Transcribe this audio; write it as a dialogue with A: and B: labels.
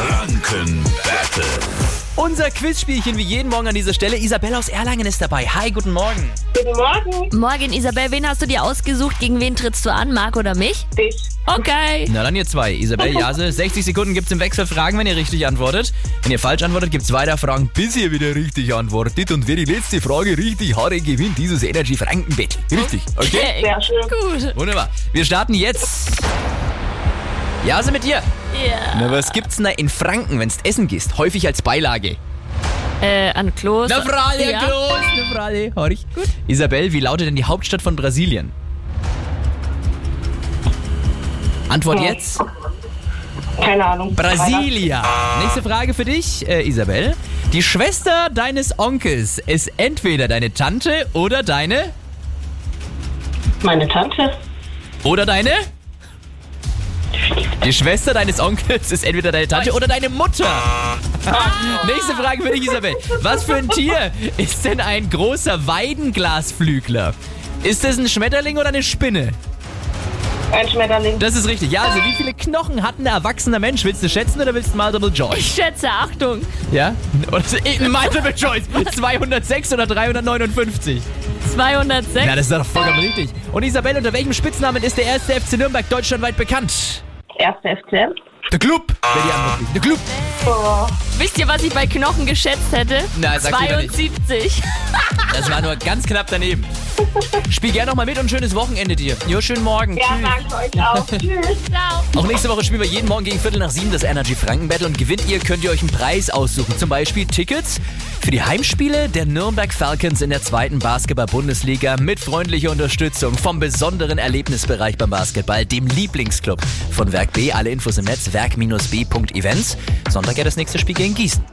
A: Franken Battle.
B: Unser Quizspielchen wie jeden Morgen an dieser Stelle. Isabel aus Erlangen ist dabei. Hi, guten Morgen.
C: Guten Morgen,
D: Morgen, Isabel, wen hast du dir ausgesucht? Gegen wen trittst du an, Marc oder mich?
C: dich.
D: Okay.
B: Na dann ihr zwei, Isabel, Jase. 60 Sekunden gibt's im Wechsel Fragen, wenn ihr richtig antwortet. Wenn ihr falsch antwortet, gibt's weiter Fragen, bis ihr wieder richtig antwortet. Und wer die letzte Frage richtig hatte, gewinnt dieses Energy Frankenbett. Richtig, okay?
C: Sehr schön.
D: Gut.
B: Wunderbar. Wir starten jetzt. Jase mit dir.
D: Ja.
B: Na, was gibt's denn da in Franken, wenn's essen gehst? Häufig als Beilage.
D: Äh, an Klos.
B: Na Frage,
D: ja.
B: Klos, na Frage. Hör ich. Gut. Isabel, wie lautet denn die Hauptstadt von Brasilien? Antwort jetzt.
C: Keine Ahnung.
B: Brasilia. Nächste Frage für dich, äh, Isabel. Die Schwester deines Onkels ist entweder deine Tante oder deine
C: Meine Tante.
B: oder deine. Die Schwester deines Onkels ist entweder deine Tante oder deine Mutter. Nächste Frage für dich, Isabel. Was für ein Tier ist denn ein großer Weidenglasflügler? Ist es ein Schmetterling oder eine Spinne?
C: Ein Schmetterling.
B: Das ist richtig. Ja, also wie viele Knochen hat ein erwachsener Mensch? Willst du schätzen oder willst du Multiple Choice?
D: Ich schätze, Achtung.
B: Ja? Oder so, eh, Multiple Choice. 206 oder 359?
D: 206.
B: Na, das ist doch vollkommen richtig. Und Isabel, unter welchem Spitznamen ist der erste FC Nürnberg deutschlandweit bekannt?
C: Erste FCM.
B: Der Club. Wer die Antwort kriegt. Der Club.
C: Oh,
D: Wisst ihr, was ich bei Knochen geschätzt hätte?
B: Na, sag's lieber nicht.
D: 72.
B: Das war nur ganz knapp daneben. Spiel gerne nochmal mit und schönes Wochenende dir. Jo, schönen Morgen.
C: ja,
B: Tschüss.
C: danke euch auch. Tschüss.
D: Ciao.
B: Auch nächste Woche spielen wir jeden Morgen gegen Viertel nach sieben das Energy Franken Battle und gewinnt ihr, könnt ihr euch einen Preis aussuchen. Zum Beispiel Tickets für die Heimspiele der Nürnberg Falcons in der zweiten Basketball-Bundesliga mit freundlicher Unterstützung vom besonderen Erlebnisbereich beim Basketball, dem Lieblingsclub von Werk B. Alle Infos im Netz werk-b.events. Sonntag ja das nächste Spiel gegen Gießen.